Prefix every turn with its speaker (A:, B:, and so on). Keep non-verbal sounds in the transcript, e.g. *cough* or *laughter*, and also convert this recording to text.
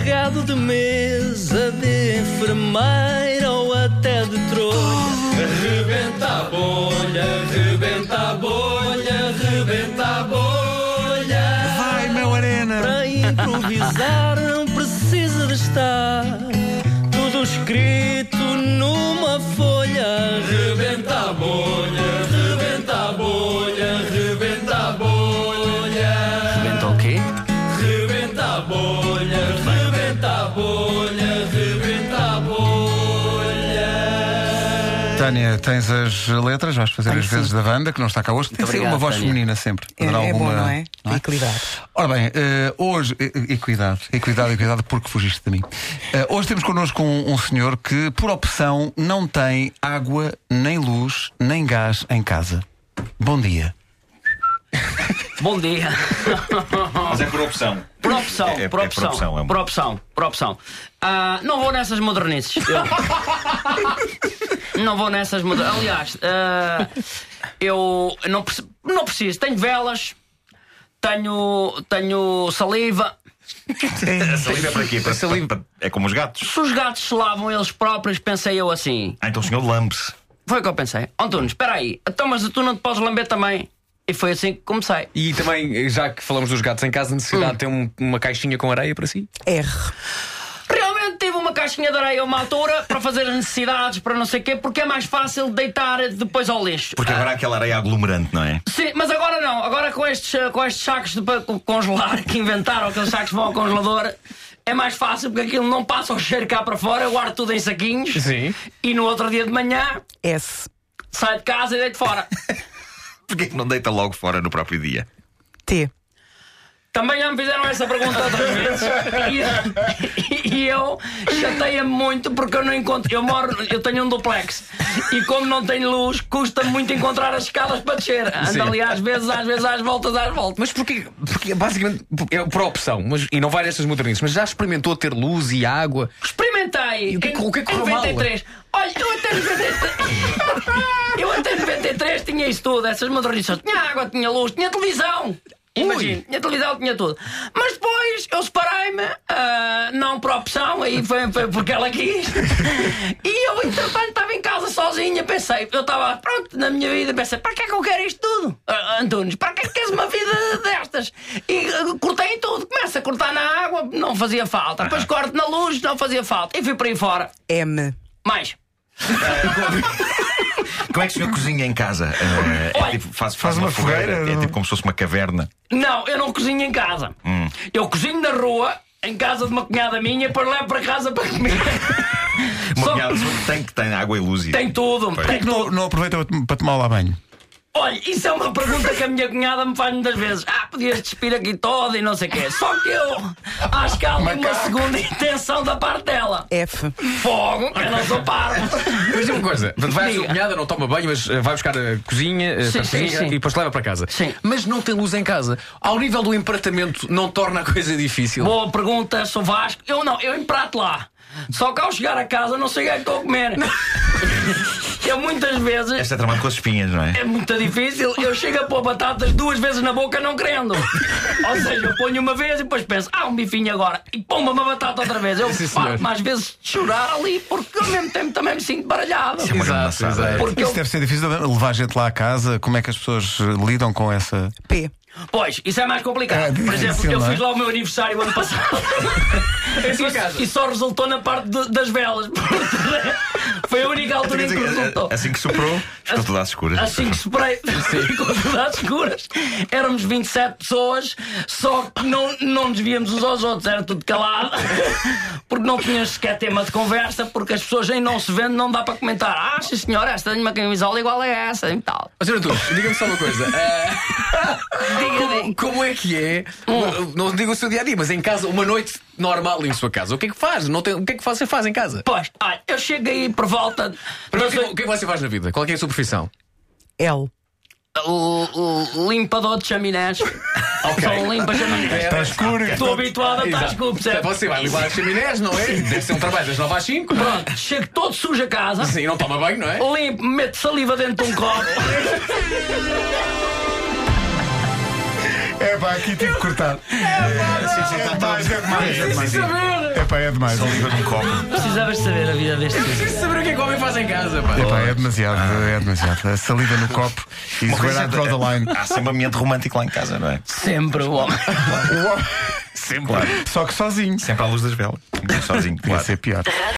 A: cabo de mesa, de enfermeira ou até de trolha.
B: Rebenta a bolha, rebenta a bolha, rebenta a bolha.
C: Vai, meu arena!
A: Para improvisar não precisa de estar tudo escrito numa folha.
B: Rebenta a bolha, rebenta a bolha, rebenta a bolha.
D: Rebenta o quê?
B: Rebenta a bolha, rebenta a bolha, rebenta a bolha.
C: Tânia, tens as letras, vais fazer as vezes da banda, que não está cá hoje. Tem que ser
D: obrigado,
C: uma voz
D: Tânia.
C: feminina sempre.
E: É,
C: Dará
E: é bom,
C: alguma-
E: não é? Equilibrado.
C: Ora bem, eh, hoje, eh, e cuidado, e cuidado, e cuidado, porque fugiste de mim. Eh, hoje temos connosco um, um senhor que, por opção, não tem água, nem luz, nem gás em casa. Bom dia.
D: Bom dia.
F: Mas é por opção.
D: Por opção,
F: É- é- é
D: por opção,
F: é um-
D: por opção, por opção. Ah, não vou nessas modernices. eu. não vou nessas modernices. Aliás, ah, eu não, preci- não preciso. Tenho velas, tenho, tenho saliva.
F: A saliva é para quê? Para, para- para- é como os gatos.
D: Se os gatos se lavam eles próprios, pensei eu assim.
F: Ah, então o senhor lambe-se.
D: Foi o que eu pensei. Antunes, espera aí. Então, mas tu não te podes lamber também. E foi assim que comecei.
G: E também, já que falamos dos gatos em casa, a
D: Hum.
G: necessidade de ter um- uma caixinha com areia para si.
E: R.
D: Realmente tive uma caixinha de areia a uma altura para fazer as necessidades, para não sei o quê, porque é mais fácil deitar depois ao lixo.
F: Porque agora há aquela areia aglomerante, não é?
D: Sim, mas agora não. Agora com estes, eh, com estes sacos de, para co- congelar que inventaram, aqueles sacos que vão ao congelador, é mais fácil porque aquilo não passa o cheiro cá para fora, eu guardo tudo em saquinhos
G: Sim.
D: e no outro dia de manhã
E: S.
D: saio de casa e deito fora.
F: Porquê que não deita logo fora no próprio dia?
E: T.
D: Também já me fizeram essa pergunta outras vezes e, e eu chateia-me muito porque eu não encontro. Eu moro, eu tenho um duplex e como não tenho luz, custa muito encontrar as escalas para descer. Ando
G: Sim.
D: ali às vezes, às vezes, às voltas, às voltas.
G: Mas porquê? Porque basicamente é por opção, mas, e não vai nestas modernices, mas já experimentou ter luz e água?
D: Experimentei
G: E o que é que-
D: em-
G: o que é que
D: em
G: correu mal?
D: 93. Olha, eu até 93. *laughs* eu até 93 tinha isso tudo, essas modernizações. Tinha água, tinha luz, tinha televisão. Imagino, tinha televisão, tinha tudo. Mas depois eu separei-me, ah, não por opção, aí foi, foi porque ela quis. *laughs* e eu, entretanto, estava em casa sozinha, pensei, eu estava pronto na minha vida, pensei, para que é que eu quero isto tudo? Ah, Antunes, para que é que queres uma vida destas? E ah, cortei em tudo, começa a cortar na água, não fazia falta. Depois corto na luz, não fazia falta. E fui para aí fora.
E: M.
D: Mais.
F: Como é que o senhor cozinha em casa? Ah,
D: Olha,
F: é tipo, faz, faz,
C: faz
F: uma,
C: uma
F: fogueira.
C: fogueira,
F: É
C: não?
F: tipo como se fosse uma caverna.
D: Não, eu não cozinho em casa. Eu cozinho na rua, em casa de uma cunhada minha, depois levo para casa para *laughs* comer.
F: Uma
D: Só-
F: cunhada sua que tem que tem água e luz. e-
D: Tem tudo.
F: Pois.
D: Tem tudo.
C: Não, não aproveita para tomar lá banho.
D: Olha, isso é uma pergunta que a minha cunhada me faz muitas vezes. Ah, podias despir aqui toda e não sei o quê. Só que eu acho é que há ali uma segunda intenção da parte dela.
E: F.
D: Fogo, eu não sou parvo.
G: Mas diga uma coisa, vai à sua
D: Diga.
G: cunhada, não toma banho, mas eh, vai buscar a cozinha, eh,
D: Sim,
G: para a
D: sim,
G: cozinha
D: sim.
G: e depois leva para casa.
D: Sim.
G: Mas não tem luz em casa. Ao nível do empratamento, não torna a coisa difícil.
D: Boa pergunta, sou Vasco. Eu não, eu emprato lá. Só que ao chegar a casa não sei o que é que estou a *laughs* comer. Eu muitas vezes.
F: Esta é tramada com as espinhas, não é?
D: É muito difícil. Eu chego a pôr batatas duas vezes na boca não querendo. Ou seja, eu ponho uma vez e depois penso, ah, um bifinho agora. E pomba uma batata outra vez. Eu
G: Sim, senhor.
D: faço mais vezes de chorar ali porque ao mesmo tempo também me sinto baralhado.
F: É uma grande
G: Exato,
F: maçada.
G: exato.
D: Porque
C: Isso
D: eu-
C: deve ser difícil levar gente lá a casa. Como é que as pessoas eh, lidam com essa.
E: P.
D: Pois, isso é mais complicado.
C: É
D: Por
C: difícil,
D: exemplo, eu
C: não é?
D: fiz lá o meu aniversário ano passado.
G: sua
D: E-
G: casa?
D: E só resultou na parte de- das velas. *laughs* né, Foi a única altura em que resultou.
F: Assim que soprou, ficou tudo às escuras.
D: Assim que separei *laughs* com tudo às escuras, éramos 27 pessoas, só que não, não nos víamos uns aos outros, era tudo calado, porque não tinhas sequer tema de conversa, porque as pessoas em não se vendo não dá para comentar. Ah, sim senhor, esta tem uma camisola igual a essa e tal.
G: Ó, Sr. Antunes, diga-me só uma coisa.
D: *laughs*
G: eh, como, como é que é?
D: Hum.
G: Não digo o seu dia a dia, mas em casa, uma noite normal em sua casa. O que é que faz? Não tem, o que é que você faz em casa?
D: Pois, olha, eu chego aí por volta. de-
G: Primeiro, o, que, é que- o que é que você faz na vida? Qual é que é a sua profissão?
E: L.
D: o, o limpador de chaminés. Só um limpa
G: É
D: chaminés.
C: Está escuro e
D: Estou habituado a estar escuro, percebe?
G: Você vai limpar as chaminés, não é? Deve ser um trabalho das 9 às 5.
D: Pronto, chego todo sujo a casa.
G: Sim, não toma banho, não é?
D: Limpo, meto saliva dentro de um copo.
C: É pá, aqui tive que cortar. É demais, é demais, é demais. É pá, é demais.
F: Livra-me um copo.
D: Precisavas saber a vida deste
G: Preciso saber o que é que o homem faz em casa, pá.
C: É pá, é demasiado, é demasiado. A saliva no copo e where
F: Uma
C: I
F: coisa- é
C: draw the line. *laughs*
F: Há sempre ambiente romântico lá em casa, não é?
D: Sempre o homem.
F: Sempre. Claro.
C: Só que sozinho.
F: Sempre à luz das velas. Sozinho,
C: Podia
F: é claro.
C: ser pior.